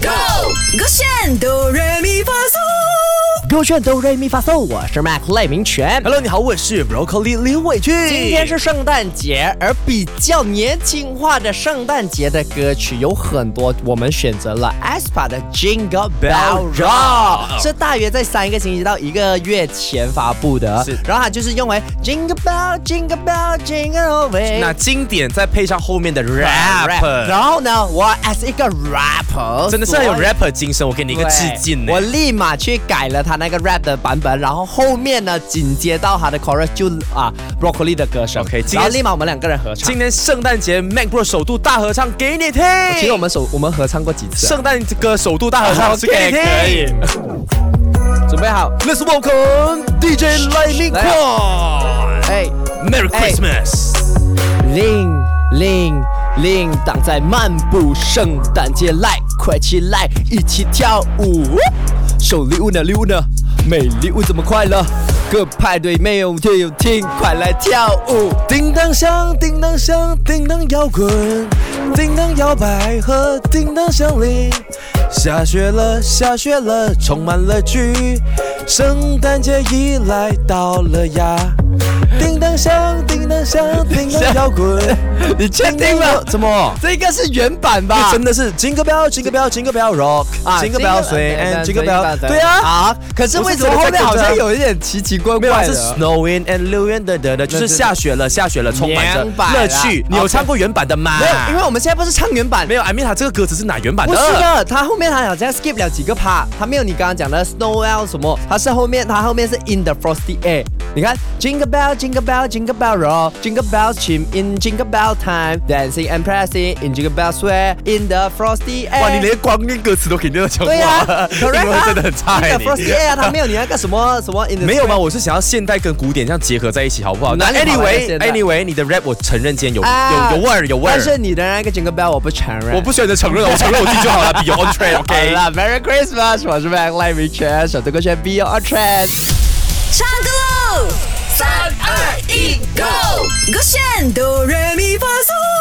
Go！我选哆来咪发嗦。勾选哆瑞咪发嗦，我是 Mac 赖明全。 Hello，你好，我是 Broccoli 林伟俊。今天是圣诞节，而比较年轻化的圣诞节的歌曲有很多，我们选择了 aespa 的 Jingle Bell Rock，是大约在三个星期到一个月前发布的。是然后它就是用为 Jingle Bell Jingle Bell Jingle All the Way。那经典再配上后面的 rap， rap，然后呢，我 as 一个 rapper，真的是很有所以 rapper 精神，我给你一个致敬呢对我。立马去改了他那个 rap 的版本，然后后面呢，紧接到他的 chorus 就啊 broccoli 的歌声 OK，今天然后立马我们两个人合唱今。天圣诞节 Mac Bro 首度大合唱给你听。其实我们首我们合唱过几次啊、圣诞歌首度大合 唱 OK，给你可以听。准备好， Let's welcome DJ 来明来啊 n 哎， Merry 哎 Christmas。铃铃铃铛在漫步圣诞节来，快起来，一起跳舞。手礼物呢？礼物呢？没礼物怎么快乐？各派对没有队友听，快来跳舞。叮当响，叮当响，叮当摇滚，叮当摇摆和叮当响铃。下雪了，下雪了，充满了趣。圣诞节已来到了呀！叮当响，叮当响，叮当摇滚。 你确定吗？啊怎么？这个是原版吧？这真的是 Jingle Bell Jingle Bell Jingle Bell Rock 啊 Jingle Bell 随 and Jingle Bell 对啊，啊！可是为什么后面好像有一点奇奇怪没有啊怪是的？ snowing and 六月的的的，就是下雪了下雪了，充满着明白了乐趣。你有 OK 唱过原版的吗？没有，因为我们现在不是唱原版没，有，I mean 他这个歌词是哪原版不的？是啊的，他后面他好像 skip 了几个 part，他没有你刚刚讲的 snow l 什么，他是后面他后面是 in the frosty air。你看，Jingle bell, jingle bell, jingle bell roll, jingle bells chime in jingle bell time, dancing and pressing in jingle bell swear in the frosty air。哇，你连光跟歌词都给你讲过，对呀、英 correct 文啊，真的很差 In 哎 the 你 frosty air，他没有你那个什么什么 in the 没有 spring 吗？我是想要现代跟古典这样结合在一起，好不好？哪那里跑来的现代 anyway，anyway，你的 rap 我承认今天有啊有有味儿，有味但是儿。你的那个 Jingle Bell 我不承认。我不选择承认了，我承认我自己就好了。比 on track，OK。好了，Merry Christmas，我是 Mac 赖明全，首歌歌选 Be Your Trend。唱歌喽！三二一，Go！我选哆来咪发嗦。